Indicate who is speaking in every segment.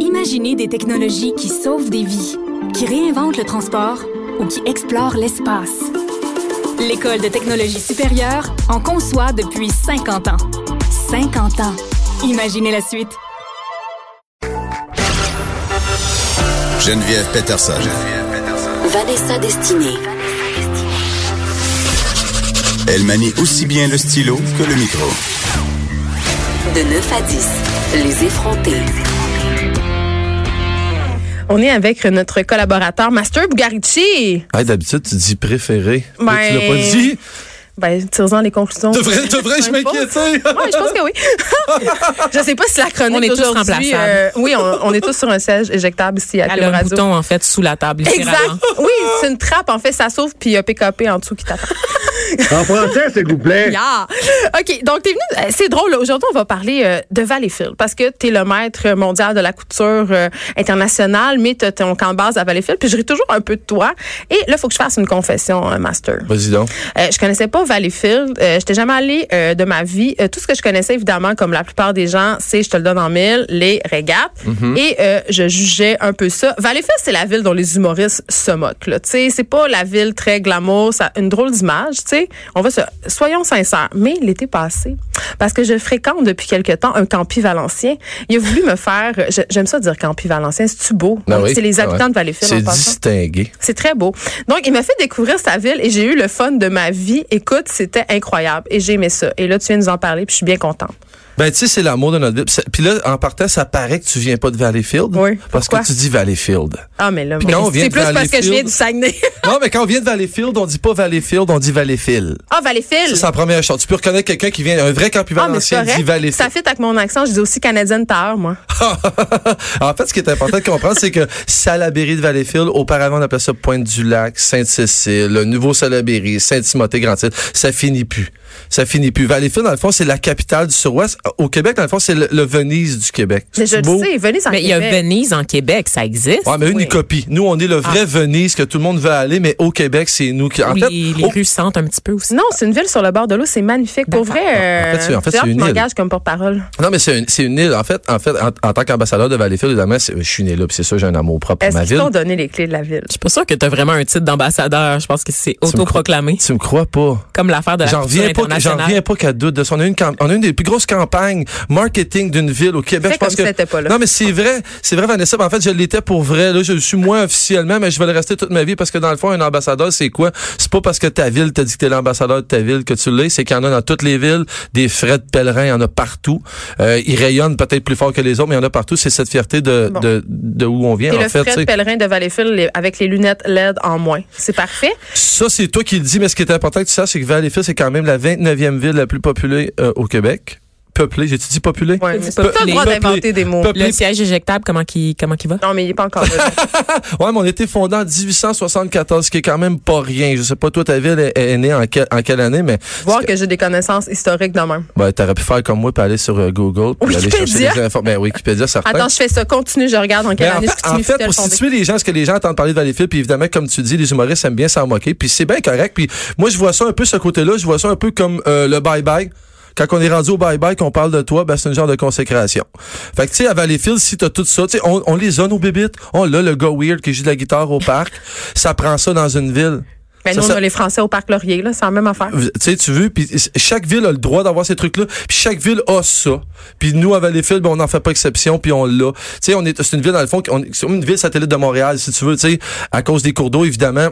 Speaker 1: Imaginez des technologies qui sauvent des vies, qui réinventent le transport ou qui explorent l'espace. L'École de technologie supérieure en conçoit depuis 50 ans. 50 ans. Imaginez la suite.
Speaker 2: Geneviève Peterson.
Speaker 3: Vanessa Destinée.
Speaker 2: Elle manie aussi bien le stylo que le micro.
Speaker 3: De 9 à 10. Les effrontés.
Speaker 4: On est avec notre collaborateur Master Bugarici.
Speaker 5: Hey, D'habitude, tu dis préféré. Là,
Speaker 4: Ben-
Speaker 5: Tu l'as pas dit.
Speaker 4: Ben, tirons les conclusions.
Speaker 5: Devrais- devrais-je
Speaker 4: Ouais,
Speaker 5: m'inquiéter?
Speaker 4: Ouais, je pense que oui. je sais pas si la chronique
Speaker 6: On est tous
Speaker 4: d'aujourd'hui,
Speaker 6: remplaçables.
Speaker 4: euh, oui, on, on est tous sur un siège éjectable ici à
Speaker 6: Elle
Speaker 4: Cube
Speaker 6: a un
Speaker 4: Radio.
Speaker 6: bouton, en fait, sous la table. littéralement.
Speaker 4: Exact. Oui, c'est une trappe. En fait, ça s'ouvre puis il y a PKP en dessous qui t'attend.
Speaker 7: En français, s'il vous plaît.
Speaker 4: Yeah. OK, donc t'es venu. euh, C'est drôle. là. Aujourd'hui, on va parler euh, de Valleyfield parce que t'es le maître mondial de la couture euh, internationale, mais t'as ton camp de base à Valleyfield. Puis je ris toujours un peu de toi. Et là, faut que je fasse une confession, euh, Master.
Speaker 5: Vas-y donc.
Speaker 4: Euh, je connaissais pas Valleyfield. Euh, J'étais jamais allée euh, de ma vie. Euh, tout ce que je connaissais, évidemment, comme la plupart des gens, c'est, je te le donne en mille, les régates.
Speaker 5: Mm-hmm.
Speaker 4: Et euh, je jugeais un peu ça. Valleyfield, c'est la ville dont les humoristes se moquent. là. Tu sais, c'est pas la ville très glamour. Ça a une drôle d'image. tu sais. On va se... Soyons sincères. Mais l'été passé, parce que je fréquente depuis quelque temps un campi valencien, il a voulu me faire... je- J'aime ça dire campi valencien. C'est-tu beau?
Speaker 5: Ah oui.
Speaker 4: C'est les
Speaker 5: Ah
Speaker 4: habitants
Speaker 5: ouais.
Speaker 4: de Valleyfield,
Speaker 5: C'est
Speaker 4: en passant.
Speaker 5: distingué.
Speaker 4: C'est très beau. Donc, il m'a fait découvrir sa ville et j'ai eu le fun de ma vie. Écoute, c'était incroyable et j'ai aimé ça. Et là, tu viens nous en parler puis je suis bien contente.
Speaker 5: Ben, tu sais, c'est l'amour de notre ville. Puis ça- Puis là, en partant, ça paraît que tu viens pas de Valleyfield.
Speaker 4: Oui.
Speaker 5: Parce
Speaker 4: Pourquoi?
Speaker 5: que tu dis Valleyfield.
Speaker 4: Ah, mais là,
Speaker 5: Puis
Speaker 4: mon-
Speaker 5: quand on vient
Speaker 4: c'est
Speaker 5: de
Speaker 4: plus parce que je viens
Speaker 5: Valleyfield-
Speaker 4: du Saguenay.
Speaker 5: non, mais quand on vient de Valleyfield, on dit pas Valleyfield, on dit Valleyfield.
Speaker 4: Ah,
Speaker 5: Ça,
Speaker 4: Valleyfield.
Speaker 5: c'est la première chose. Tu peux reconnaître quelqu'un qui vient, un vrai campus
Speaker 4: ah, mais c'est
Speaker 5: valencien dit
Speaker 4: correct. Ça
Speaker 5: Valleyfield. Ah,
Speaker 4: fit avec mon accent. Je dis aussi canadienne Tower, moi.
Speaker 5: en fait, ce qui est important de comprendre, c'est que Salaberry de Valleyfield, auparavant, on appelait ça Pointe-du-Lac, Sainte-Cécile, le nouveau Salaberry, Saint-Timothée, Grand-Île. Ça finit plus. Ça finit plus. Valleyfield, dans le fond, c'est la capitale du Sud-Ouest. Au Québec, dans le fond, c'est le, le Venise du Québec.
Speaker 4: Mais je
Speaker 5: C'est
Speaker 4: le
Speaker 5: beau.
Speaker 4: sais, venez en
Speaker 6: Mais il y a
Speaker 4: Québec.
Speaker 6: Venise en Québec, ça existe.
Speaker 5: Ouais, mais une
Speaker 4: Oui. Ah.
Speaker 5: copie. Nous, on est le vrai Venise que tout le monde veut aller, mais au Québec, c'est nous qui. En
Speaker 6: Où
Speaker 5: fait, oh.
Speaker 6: les, les
Speaker 5: au-
Speaker 6: rues sentent un petit peu aussi.
Speaker 4: Non, c'est une ville sur le bord de l'eau. C'est magnifique. Pour vrai, euh,
Speaker 5: En fait, c'est- en fait,
Speaker 4: j'ai hâte
Speaker 5: c'est
Speaker 4: que
Speaker 5: une
Speaker 4: tu
Speaker 5: île.
Speaker 4: m'engages comme porte-parole.
Speaker 5: Non, mais c'est une, c'est une île. En fait, en fait, en, en tant qu'ambassadeur de Valleyfield, évidemment, c'est- je suis né là, puis c'est ça, j'ai un amour propre pour
Speaker 4: Est-ce
Speaker 5: ma
Speaker 4: qu'ils
Speaker 5: ville.
Speaker 4: t'ont donné les clés de la ville?
Speaker 6: Je suis pas sûre que tu as vraiment un titre d'ambassadeur. Je pense que c'est
Speaker 5: Tu me crois-
Speaker 6: autoproclamé,
Speaker 5: Tu me crois pas?
Speaker 6: comme l'affaire de la
Speaker 5: J'en
Speaker 6: culture
Speaker 5: reviens pas, que- j'en
Speaker 6: internationale.
Speaker 5: reviens pas qu'à doute de ça. On a une, camp- on a une des plus grosses campagnes marketing d'une ville au Québec.
Speaker 4: Fais
Speaker 5: je pense
Speaker 4: comme si
Speaker 5: que
Speaker 4: t'étais pas là.
Speaker 5: non, mais c'est vrai, c'est vrai Vanessa. Ben, En fait, je l'étais pour vrai. Là, je le suis moins officiellement, mais je vais le rester toute ma vie parce que dans le fond, un ambassadeur, c'est quoi C'est pas parce que ta ville t'a dit que t'es l'ambassadeur de ta ville que tu l'es. C'est qu'il y en a dans toutes les villes des frais de pèlerins, il y en a partout. Euh, ils rayonnent peut-être plus fort que les autres, mais il y en a partout. C'est cette fierté de
Speaker 4: Bon.
Speaker 5: de, de où on vient.
Speaker 4: T'es
Speaker 5: en
Speaker 4: le
Speaker 5: fait, tu
Speaker 4: Fred
Speaker 5: sais.
Speaker 4: Pellerin de Valleyfield les- avec les lunettes LED en moins. C'est parfait.
Speaker 5: Ça, c'est toi qui le dis, mais ce qui est important que tu saches, c'est que Valleyfield, c'est quand même la 29e ville la plus populée euh, au Québec. Peuplée, j'ai-tu dit populée?
Speaker 4: Ouais, mais
Speaker 6: C'est
Speaker 4: t'as le
Speaker 6: peuplé,
Speaker 4: droit
Speaker 5: peuplé,
Speaker 4: d'inventer des mots.
Speaker 5: peuplé.
Speaker 6: Le siège éjectable, comment qui comment qui va?
Speaker 4: Non, mais il n'est pas encore là.
Speaker 5: Ouais, mais on a été fondé en 1874, ce qui est quand même pas rien. Je sais pas, toi, ta ville est, est née en, quel- en quelle année, mais
Speaker 4: Voir que j'ai des connaissances historiques de même.
Speaker 5: bah, t'aurais pu faire comme moi, puis aller sur euh, Google, puis aller chercher
Speaker 4: Wikipédia.
Speaker 5: des infos. Ben, Wikipédia, certain.
Speaker 4: Attends, je fais ça. Continue, je regarde en
Speaker 5: Mais
Speaker 4: quelle année
Speaker 5: Ben, en,
Speaker 4: je
Speaker 5: fait, en fait, pour situer les gens, ce que les gens entendent parler de Valleyfield, puis évidemment, comme tu dis, les humoristes aiment bien s'en moquer, puis c'est bien correct. Puis moi, je vois ça un peu ce côté-là, je vois ça un peu comme euh, le bye-bye. Quand on est rendu au bye-bye, qu'on parle de toi, ben c'est une genre de consécration. Fait que tu sais, à Valleyfield, si t'as tout ça, tu sais, on, on les a nos bébites, on l'a le go weird qui joue de la guitare au parc, ça prend ça dans une ville.
Speaker 4: Mais Ben,
Speaker 5: Ça,
Speaker 4: nous, on
Speaker 5: ça-
Speaker 4: a les Français au Parc Laurier, là. C'est la même affaire.
Speaker 5: tu sais, tu veux, puis chaque ville a le droit d'avoir ces trucs-là, puis chaque ville a ça. Puis nous, à Valleyfield, ben, on n'en fait pas exception, puis on l'a. Tu sais, on est, c'est une ville, dans le fond, qu'on- c'est comme une ville satellite de Montréal, si tu veux, tu sais, à cause des cours d'eau, évidemment.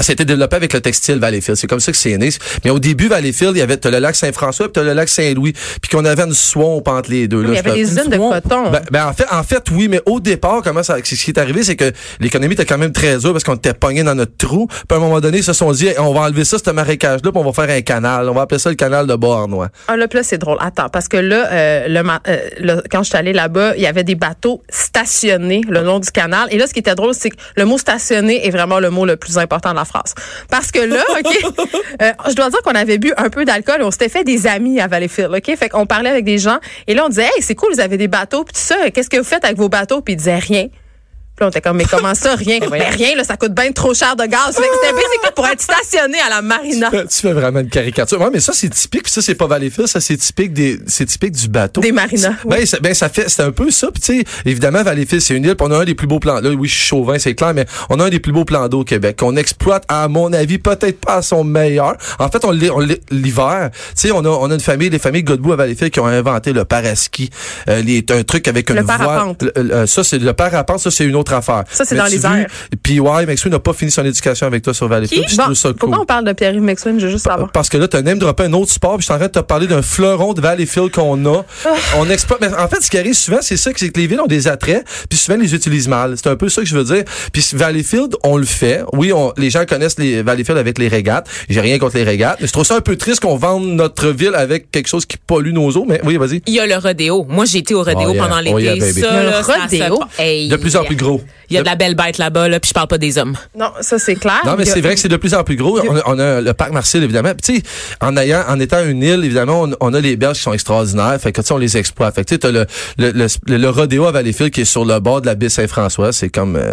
Speaker 5: Ça a été développé avec le textile Valleyfield. C'est comme ça que c'est né. Mais au début, Valleyfield, il y avait t'as le lac Saint-François puis t'as le lac Saint-Louis. Puis qu'on avait une swamp entre les deux. là.
Speaker 4: il y
Speaker 5: Je
Speaker 4: avait
Speaker 5: peux-
Speaker 4: des usines de
Speaker 6: swamp.
Speaker 4: coton.
Speaker 5: ben, ben, en fait, en fait, oui, mais au départ, comment ça, ce qui est arrivé, c'est que l'économie était quand même très dure parce qu'on était pogné dans notre trou. Puis à un moment donné, ils se sont dit, Hey, on va enlever ça, ce marécage-là, puis on va faire un canal. On va appeler ça le canal de Bornois.
Speaker 4: Ah, là, puis là, c'est drôle. Attends, parce que là, euh, le, ma- euh, le- quand je suis allée là-bas, il y avait des bateaux stationnés le long du canal. Et là, ce qui était drôle, c'est que le mot stationné est vraiment le mot le plus important de la phrase. Parce que là, OK, euh, je dois dire qu'on avait bu un peu d'alcool et on s'était fait des amis à Valleyfield, OK? Fait qu'on parlait avec des gens. Et là, on disait, hey, c'est cool, vous avez des bateaux, puis tout ça. Qu'est-ce que vous faites avec vos bateaux? Puis ils disaient rien. Puis là, on était comme, mais comment ça, rien? mais rien, là, ça coûte bien trop cher de gaz. Fait que c'était basically pour être stationné à la marina.
Speaker 5: tu fais vraiment une caricature. Ouais, mais ça, c'est typique. Puis ça, c'est pas Valleyfield. Ça, c'est typique des, c'est typique du bateau.
Speaker 4: Des marinas,
Speaker 5: Ben, ça, ben, ça fait, c'est un peu ça. Puis, tu sais, évidemment, Valleyfield, c'est une île. puis on a un des plus beaux plans. Là, oui, je suis chauvin, c'est clair, mais on a un des plus beaux plans d'eau au Québec. Qu'on exploite, à mon avis, peut-être pas à son meilleur. En fait, on l'est- on l'est- l'hiver. Tu sais, on a, on a une famille, les familles Godbout à Valleyfield qui ont inventé le paraski. Euh, les- un truc avec
Speaker 4: Le
Speaker 5: une voile.
Speaker 4: parapente.
Speaker 5: Le- euh, ça, c'est le parapente. Ça, c'est une autre affaire.
Speaker 4: Ça, c'est
Speaker 5: Mais
Speaker 4: dans
Speaker 5: tu
Speaker 4: les
Speaker 5: vis-
Speaker 4: airs.
Speaker 5: Puis, ouais, Maxou n'a pas fini son éducation avec toi sur Valleyfield. puis Je
Speaker 4: Bon,
Speaker 5: trouve ça cool.
Speaker 4: Pourquoi on parle de Pierre-Yves Maxwell? Je veux juste savoir.
Speaker 5: Parce que là, t'as name droppé un autre sport, puis je suis en train de te parler d'un fleuron de Valleyfield qu'on a.
Speaker 6: Ah.
Speaker 5: On exploite. Mais en fait, ce qui arrive souvent, c'est ça, c'est que les villes ont des attraits, puis souvent, ils les utilisent mal. C'est un peu ça que je veux dire. Puis Valleyfield, on le fait. Oui, on, les gens connaissent les Valleyfield avec les régates. J'ai rien contre les régates. Mais je trouve ça un peu triste qu'on vende notre ville avec quelque chose qui pollue nos eaux. Mais oui, vas-y.
Speaker 6: Il y a le rodéo. Moi, j'ai été au rodéo
Speaker 5: Oh yeah,
Speaker 6: pendant l'été.
Speaker 5: oh yeah, baby.
Speaker 6: Ça,
Speaker 4: Il y a le
Speaker 6: là, ça se
Speaker 4: rodéo?
Speaker 6: passe. Hey.
Speaker 5: De plus en plus gros.
Speaker 6: Il y a de la belle bête là-bas, là, puis je parle pas des hommes.
Speaker 4: Non, ça, c'est clair.
Speaker 5: Non, mais
Speaker 4: Ah, Il y a-
Speaker 5: c'est vrai que c'est de plus en plus gros. On a, on a le parc Marcel, évidemment. Puis, tu sais, en, ayant- en étant une île, évidemment, on, on a les berges qui sont extraordinaires. Fait que, tu sais, on les exploite. Fait que, tu sais, t'as le, le, le, le rodéo à Valleyfield qui est sur le bord de la baie Saint-François. C'est comme, euh,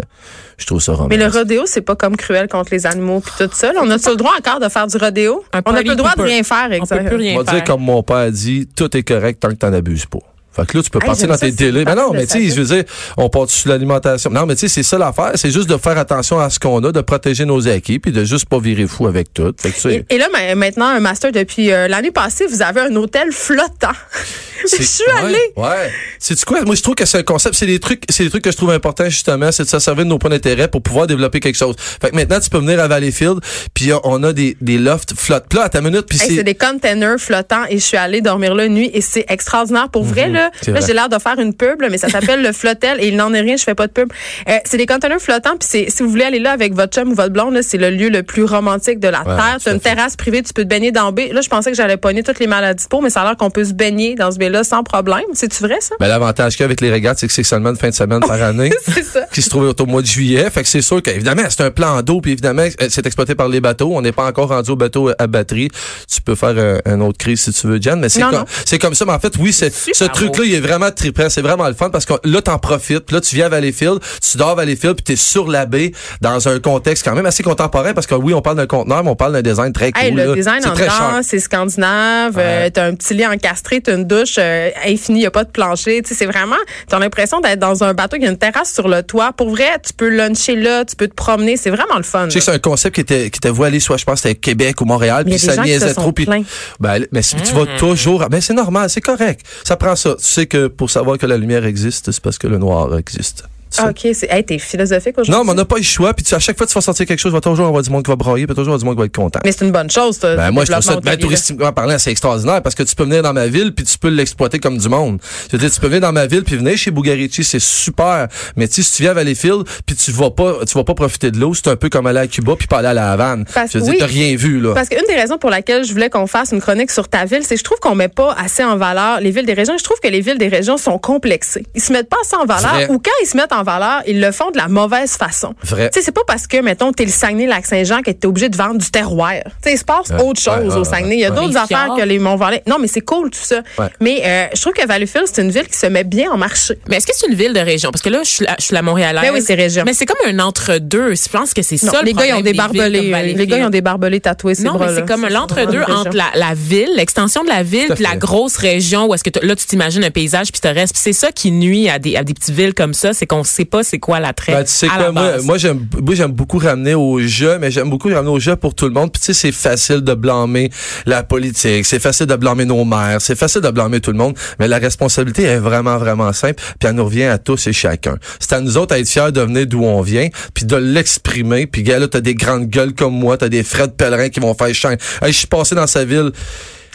Speaker 5: je trouve ça
Speaker 4: Mais
Speaker 5: romanesque.
Speaker 4: le rodéo, c'est pas comme cruel contre les animaux puis tout ça. là. On a-tu le droit encore de faire du rodéo? on
Speaker 6: Un
Speaker 4: n'a
Speaker 6: party
Speaker 4: plus le droit de
Speaker 6: pooper.
Speaker 4: rien faire, exactement.
Speaker 6: On peut plus rien
Speaker 5: on va dire
Speaker 6: faire.
Speaker 5: comme mon père a dit, tout est correct tant que t'en abuses pas. Fait que là, tu peux
Speaker 4: Hey,
Speaker 5: partir
Speaker 4: j'aime
Speaker 5: dans
Speaker 4: ça,
Speaker 5: tes
Speaker 4: c'est
Speaker 5: délais. Mais
Speaker 4: parti
Speaker 5: non,
Speaker 4: de
Speaker 5: mais tu sais,
Speaker 4: ça.
Speaker 5: je veux dire, on part sur l'alimentation. Non, mais tu sais, c'est ça l'affaire. C'est juste de faire attention à ce qu'on a, de protéger nos acquis, puis de juste pas virer fou avec tout. Fait que, tu sais,
Speaker 4: Et, et là, ma- maintenant, un master, depuis euh, l'année passée, vous avez un hôtel flottant. je
Speaker 5: C'est-
Speaker 4: suis
Speaker 5: ouais,
Speaker 4: allée.
Speaker 5: Ouais. C'est quoi Moi je trouve que c'est un concept, c'est des trucs, c'est des trucs que je trouve importants justement, c'est de se servir de nos points d'intérêt pour pouvoir développer quelque chose. Fait que maintenant tu peux venir à Valleyfield, puis on- on a des, des lofts flotte plats à ta minute, puis
Speaker 4: Hey,
Speaker 5: c'est
Speaker 4: c'est des containers flottants et je suis allée dormir là nuit et c'est extraordinaire. Pour vrai, là,
Speaker 5: Mhm. c'est
Speaker 4: là
Speaker 5: vrai.
Speaker 4: j'ai l'air de faire une pub, là, mais ça s'appelle le Flotel et il n'en est rien, je fais pas de pub. Euh, c'est des containers flottants puis c'est- si vous voulez aller là avec votre chum ou votre blonde, là, c'est le lieu le plus romantique de la Terre.
Speaker 5: tout
Speaker 4: Tu
Speaker 5: à
Speaker 4: as une
Speaker 5: fait.
Speaker 4: terrasse privée, tu peux te baigner dans baie. Là, je pensais que j'allais pogner toutes les maladies pour, mais ça a l'air qu'on peut se baigner dans ce baie-là sans problème. C'est-tu vrai, ça?
Speaker 5: ben, l'avantage qu'il y a avec les régates, c'est que c'est seulement une fin de semaine par année.
Speaker 4: c'est ça.
Speaker 5: qui se trouvait au mois de juillet. Fait que c'est sûr qu'évidemment, c'est un plan d'eau, puis évidemment, euh, c'est exploité par les bateaux. On n'est pas encore rendu au bateau à batterie. Tu peux faire euh, un, autre crise si tu veux, Jan, mais c'est
Speaker 4: Non,
Speaker 5: comme,
Speaker 4: non.
Speaker 5: c'est comme ça. Mais en fait, oui, c'est, ce
Speaker 6: super
Speaker 5: truc-là, il est vraiment trippant. C'est vraiment le fun parce que là, t'en profites. Puis là, tu viens à Valleyfield, tu dors à Valleyfield, puis t'es sur la baie dans un contexte quand même assez contemporain parce que oui, on parle d'un conteneur, mais on parle d'un design très cool.
Speaker 4: Hey,
Speaker 5: là.
Speaker 4: le design
Speaker 5: c'est
Speaker 4: en
Speaker 5: très cher.
Speaker 4: dedans, c'est scandinave. euh, t'as un petit lit encastré, t'as une douche euh, infinie, y a pas de plancher. Tu sais, c'est vraiment, t'as l'impression d'être dans un bateau qui a une terrasse sur le toit. Pour vrai, tu peux luncher là, tu peux te promener, c'est vraiment le fun.
Speaker 5: Je sais que c'est un concept qui était, qui était voilé, soit je pense c'était Québec ou Montréal,
Speaker 4: Mais
Speaker 5: puis
Speaker 4: il y a des
Speaker 5: ça
Speaker 4: gens qui se
Speaker 5: niaisait
Speaker 4: sont
Speaker 5: trop. Puis,
Speaker 4: plaints.
Speaker 5: ben, mais si tu vas toujours, ben c'est normal, c'est correct. Ça prend ça. Tu sais que pour savoir que la lumière existe, c'est parce que le noir existe. Tu sais.
Speaker 4: là. Ah, Ok, c'est, hey, t'es philosophique aujourd'hui.
Speaker 5: Non, mais on n'a pas eu le choix. Puis tu- à chaque fois que tu vas sortir quelque chose, il va toujours avoir du monde qui va broyer, puis toujours avoir du monde qui va être content.
Speaker 4: Mais c'est une bonne chose. ça,
Speaker 5: Ben,
Speaker 4: le
Speaker 5: moi, je trouve ça,
Speaker 4: euh, développement
Speaker 5: ben,
Speaker 4: hôtelier, là.
Speaker 5: touristiquement parlant, c'est extraordinaire parce que tu peux venir dans ma ville puis tu peux l'exploiter comme du monde. Je veux dire, tu peux venir dans ma ville puis venir chez Bugarici, c'est super. Mais tu sais, si tu viens à Valleyfield puis tu vas pas, tu vas pas profiter de l'eau, c'est un peu comme aller à Cuba puis pas aller à la Havane.
Speaker 4: Parce-
Speaker 5: je veux dire,
Speaker 4: oui.
Speaker 5: t'as rien vu, là.
Speaker 4: Parce qu'une des raisons pour laquelle je voulais qu'on fasse une chronique sur ta ville, c'est que je trouve qu'on met pas assez en valeur les villes des régions. Je trouve que les villes des régions sont complexées. Ils se mettent pas assez en
Speaker 5: Vrai.
Speaker 4: valeur ou quand ils se mettent en valeur, ils le font de la mauvaise façon.
Speaker 5: Vrai.
Speaker 4: Tu sais, c'est pas parce que, mettons, t'es le Saguenay-Lac-Saint-Jean que t'es obligé de vendre du terroir. Tu sais, il se passe
Speaker 5: Ouais,
Speaker 4: autre chose
Speaker 5: ouais, ouais,
Speaker 4: au Saguenay. Il y a
Speaker 6: ouais.
Speaker 4: d'autres
Speaker 6: Les
Speaker 4: affaires
Speaker 6: fjords.
Speaker 4: que les Mont-Valais. Non, mais c'est cool tout ça.
Speaker 5: Ouais.
Speaker 4: Mais euh, je trouve que Valleyfield, c'est une ville qui se met bien en marché.
Speaker 6: Mais est-ce que c'est une ville de région? Parce que là, je suis la, je suis la Montréalaise.
Speaker 4: Ben oui, c'est région.
Speaker 6: Mais c'est comme un entre-deux. Je pense que c'est
Speaker 4: Non,
Speaker 6: ça le
Speaker 4: les gars, ils ont
Speaker 6: problème
Speaker 4: des
Speaker 6: villes
Speaker 4: barbelés.
Speaker 6: comme
Speaker 4: euh, Les
Speaker 6: Valleyfield.
Speaker 4: gars, ils ont des barbelés tatoués ces
Speaker 6: Non, mais
Speaker 4: bras-là.
Speaker 6: c'est comme
Speaker 4: Ça,
Speaker 6: l'entre-deux
Speaker 4: vraiment une
Speaker 6: entre
Speaker 4: région.
Speaker 6: la, la ville, l'extension de la ville,
Speaker 5: Tout à
Speaker 6: puis la
Speaker 5: fait.
Speaker 6: grosse région où est-ce que t'as- là, tu t'imagines un paysage puis tu restes. Puis c'est ça qui nuit à des, à des petites villes comme ça, c'est qu'on sait pas c'est quoi l'attrait.
Speaker 5: Ben, tu sais
Speaker 6: Eh, à
Speaker 5: quoi,
Speaker 6: la
Speaker 5: moi,
Speaker 6: base.
Speaker 5: moi j'aime moi, j'aime beaucoup ramener au jeu, mais j'aime beaucoup ramener au jeu pour tout le monde. Puis tu sais, c'est facile de blâmer la politique, c'est facile de blâmer nos maires, c'est facile de blâmer tout le monde, mais la responsabilité est vraiment, vraiment simple, puis elle nous revient à tous et chacun. C'est à nous autres à être fiers de venir d'où on vient, puis de l'exprimer. Puis gars, là, t'as des grandes gueules comme moi, t'as des Fred Pellerin qui vont faire chaîne. Hey, je suis passé dans sa ville.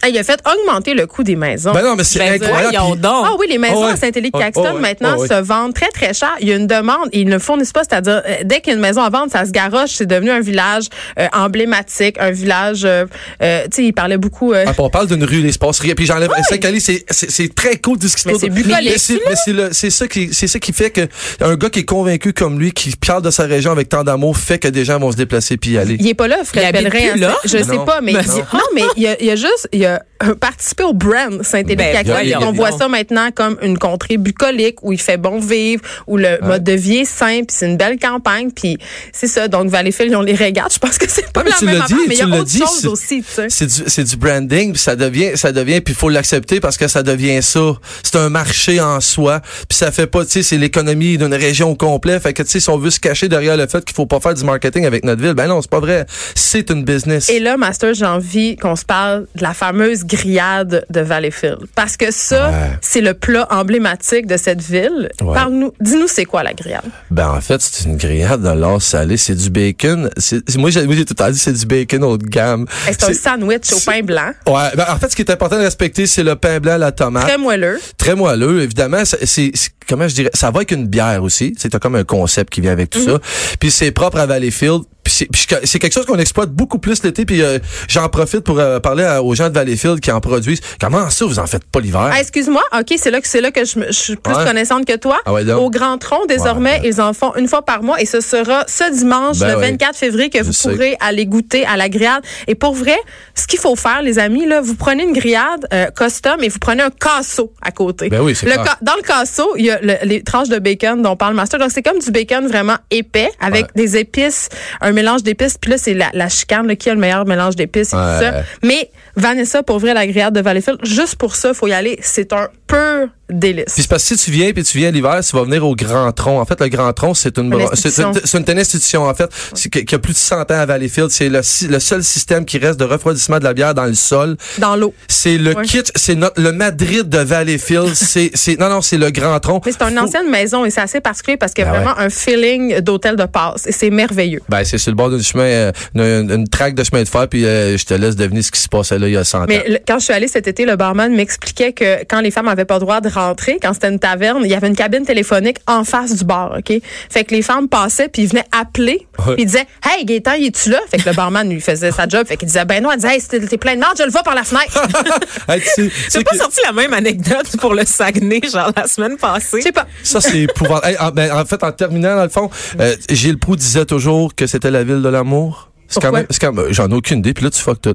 Speaker 4: Ah, Il a fait augmenter le coût des maisons.
Speaker 5: Ben non, mais c'est
Speaker 6: Ben,
Speaker 5: incroyable.
Speaker 6: voyons
Speaker 5: puis-
Speaker 6: donc.
Speaker 4: Ah oui, les maisons
Speaker 5: Ah ouais.
Speaker 4: à Saint-Élie-Caxton
Speaker 5: Ah, ah ouais.
Speaker 4: maintenant
Speaker 5: Ah ouais.
Speaker 4: se vendent très très cher. Il y a une demande et ils ne le fournissent pas, c'est-à-dire euh, dès qu'il y a une maison à vendre, ça se garoche. C'est devenu un village euh, emblématique, un village. euh, euh, tu sais, il parlait beaucoup. euh,
Speaker 5: Ah, puis on parle d'une rue, l'espace rien. Puis j'enlève Saint-Cali, c'est c'est- c'est très cool de ce qui se
Speaker 4: Mais
Speaker 5: passe.
Speaker 4: c'est bucolique,
Speaker 5: Mais c'est- mais c'est le- c'est ça qui c'est ça qui fait que un gars qui est convaincu comme lui, qui parle de sa région avec tant d'amour, fait que des gens vont se déplacer puis y aller.
Speaker 4: il est pas là, Fred
Speaker 6: Il habite
Speaker 4: Pellerin. hein,
Speaker 6: plus là?
Speaker 4: Je
Speaker 5: Non.
Speaker 4: sais pas, mais
Speaker 5: Ben
Speaker 4: non, mais il y a, il y a juste, il y a euh, participer au brand Saint-Hébert.
Speaker 6: Ben, voyons
Speaker 4: on voit
Speaker 6: donc.
Speaker 4: ça maintenant comme une contrée bucolique où il fait bon vivre, où le mode de vie est simple, puis c'est une belle campagne, puis c'est ça. Donc, Valleyfield, ils ont les regarde. Je pense que c'est pas
Speaker 5: mais
Speaker 4: la
Speaker 5: tu
Speaker 4: même
Speaker 5: l'as dit,
Speaker 4: affaire, mais il y a
Speaker 5: tu l'as
Speaker 4: autre
Speaker 5: dit,
Speaker 4: chose
Speaker 5: c'est-
Speaker 4: aussi, tu sais.
Speaker 5: C'est du, c'est du branding, puis ça devient, ça devient, puis il faut l'accepter parce que ça devient ça. C'est un marché en soi, puis ça fait pas, tu sais, c'est l'économie d'une région au complet. Fait que, tu sais, si on veut se cacher derrière le fait qu'il faut pas faire du marketing avec notre ville, ben non, c'est pas vrai. C'est une business.
Speaker 4: Et là, Master, j'ai envie qu'on se parle de la fameuse grillade de Valleyfield. Parce que ça, c'est le plat emblématique de cette ville.
Speaker 5: Ouais.
Speaker 4: Parle-nous, dis-nous c'est quoi la grillade.
Speaker 5: Ben en fait, c'est une grillade de l'or salé, c'est du bacon. C'est- c'est- Moi, j'ai moi, j'ai tout le temps dit c'est du bacon haut de gamme.
Speaker 4: Hey, C'est un
Speaker 5: C'est-
Speaker 4: sandwich au
Speaker 5: c'est-
Speaker 4: pain blanc,
Speaker 5: Ouais, ben en fait, ce qui est important de respecter, c'est le pain blanc, la tomate.
Speaker 4: très moelleux.
Speaker 5: très moelleux, évidemment. ça- C'est c'est- comment je dirais, ça va avec une bière aussi. C'est t'as comme un concept qui vient avec tout
Speaker 4: Mhm.
Speaker 5: ça. Puis c'est propre à Valleyfield. Puis c'est- puis je- c'est quelque chose qu'on exploite beaucoup plus l'été. Puis euh, j'en profite pour euh, parler à- aux gens de Valleyfield qui en produisent. Comment ça vous en faites pas l'hiver
Speaker 4: Ah, excuse-moi, ok, c'est là que c'est là que je, me- je suis plus
Speaker 5: Ouais.
Speaker 4: connaissante que toi.
Speaker 5: Ah ouais, donc.
Speaker 4: Au Grand Tronc, désormais, ils en font une fois par mois et ce sera ce dimanche,
Speaker 5: Ben
Speaker 4: le
Speaker 5: oui.
Speaker 4: 24 février, que
Speaker 5: Je
Speaker 4: vous
Speaker 5: sais.
Speaker 4: pourrez aller goûter à la grillade. Et pour vrai, ce qu'il faut faire, les amis, là, vous prenez une grillade euh, custom et vous prenez un casseau à côté.
Speaker 5: Ben oui, c'est
Speaker 4: Le
Speaker 5: clair.
Speaker 4: ca- Dans le casseau, il y a le- les tranches de bacon dont parle Master. Donc c'est comme du bacon vraiment épais avec
Speaker 5: Ouais.
Speaker 4: des épices, un mélange d'épices. Puis là, c'est la, la chicane là, qui a le meilleur mélange d'épices et
Speaker 5: Ouais.
Speaker 4: tout ça. Mais Vanessa, pour vrai, la grillade de Valleyfield, juste pour ça, faut y aller. C'est un pur délice.
Speaker 5: Puis c'est parce que si tu viens puis tu viens l'hiver, tu vas venir au Grand Tronc. En fait, le Grand Tronc, c'est une,
Speaker 4: Une
Speaker 5: bra- c'est
Speaker 4: institution.
Speaker 5: une, c'est une telle institution en fait, c'est que- qui a plus de 100 ans à Valleyfield. C'est le, si- le seul système qui reste de refroidissement de la bière dans le sol.
Speaker 4: dans l'eau.
Speaker 5: C'est le
Speaker 4: Ouais.
Speaker 5: kitsch, c'est notre le Madrid de Valleyfield, c'est c'est non non, c'est le Grand Tronc.
Speaker 4: Mais c'est une
Speaker 5: Faut-
Speaker 4: ancienne maison et c'est assez particulier parce qu'il y a
Speaker 5: Ah ouais.
Speaker 4: vraiment un feeling d'hôtel de passe et c'est merveilleux.
Speaker 5: Ben, c'est sur le bord d'un chemin, euh, une, une- une traque de chemin de fer, puis euh, je te laisse deviner ce qui se passait là il y a 100 ans.
Speaker 4: Mais le- quand je suis allée cet été, le barman m'expliquait que quand les femmes avaient pas le droit de rentrer, quand c'était une taverne, il y avait une cabine téléphonique en face du bar, OK? Fait que les femmes passaient puis ils venaient appeler,
Speaker 5: Ouais.
Speaker 4: puis ils disaient "Hey, Gaëtan, y es-tu là Fait que le barman lui faisait sa job, fait qu'il disait "Ben non", elle disait "Hey, c'était- t'es plein de merde, je le vois par la
Speaker 5: Ah
Speaker 4: fenêtre."
Speaker 5: Hey, tu sais- tu sais
Speaker 6: J'ai pas
Speaker 5: que-
Speaker 6: sorti la même anecdote pour le Saguenay, genre la semaine passée.
Speaker 4: Je sais pas.
Speaker 5: Ça, c'est épouvantable. Hey, en, ben, en fait, en terminant, dans le fond, euh, Gilles Proux disait toujours que c'était la ville de l'amour. C'est quand
Speaker 4: Pourquoi?
Speaker 5: même, c'est quand même- j'en ai aucune idée, puis là, tu fuck tout.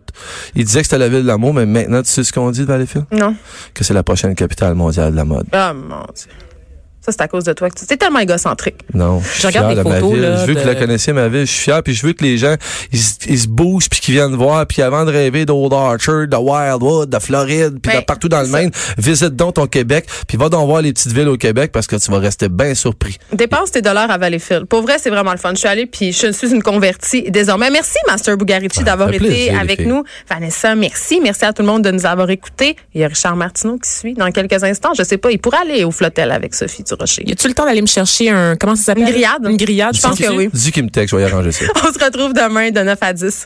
Speaker 5: Il disait que c'était la ville de l'amour, mais maintenant, tu sais ce qu'on dit de Valleyfield?
Speaker 4: Non.
Speaker 5: Que c'est la prochaine capitale mondiale de la mode.
Speaker 4: Ah mon dieu. Ça c'est à cause de toi que tu t'es tellement égocentrique.
Speaker 5: Non, je, suis
Speaker 6: regarde
Speaker 5: fier
Speaker 6: les
Speaker 5: de ma
Speaker 6: photos,
Speaker 5: ville.
Speaker 6: là,
Speaker 5: je veux que
Speaker 6: de-
Speaker 5: vous la connaissiez, ma ville. Je suis fier, puis je veux que les gens, ils, se- ils se bougent, puis qu'ils viennent voir, puis avant de rêver d'Old Archer, de Wildwood, de Floride, puis
Speaker 4: Ben,
Speaker 5: de partout dans le
Speaker 4: c'est ça.
Speaker 5: Maine, visite donc ton Québec, puis va donc voir les petites villes au Québec, parce que tu vas rester bien surpris.
Speaker 4: Dépense tes dollars à Valleyfield. Pour vrai, c'est vraiment le fun. Je suis allée puis je suis une convertie désormais. Merci, Master Bugarici, d'avoir
Speaker 5: Ah, fait
Speaker 4: été
Speaker 5: plaisir, les
Speaker 4: avec
Speaker 5: filles.
Speaker 4: nous. Vanessa, merci. Merci à tout le monde de nous avoir écoutés. Il y a Richard Martineau qui suit dans quelques instants. Je sais pas, il pourrait aller au Flotel avec Sophie Durocher.
Speaker 6: Y a-tu le temps d'aller me chercher un. Comment ça s'appelle?
Speaker 4: Une grillade.
Speaker 6: Une grillade,
Speaker 4: Je pense que oui.
Speaker 5: Dis qu'il me texte, je vais y arranger ça.
Speaker 4: On se retrouve demain de 9 à 10.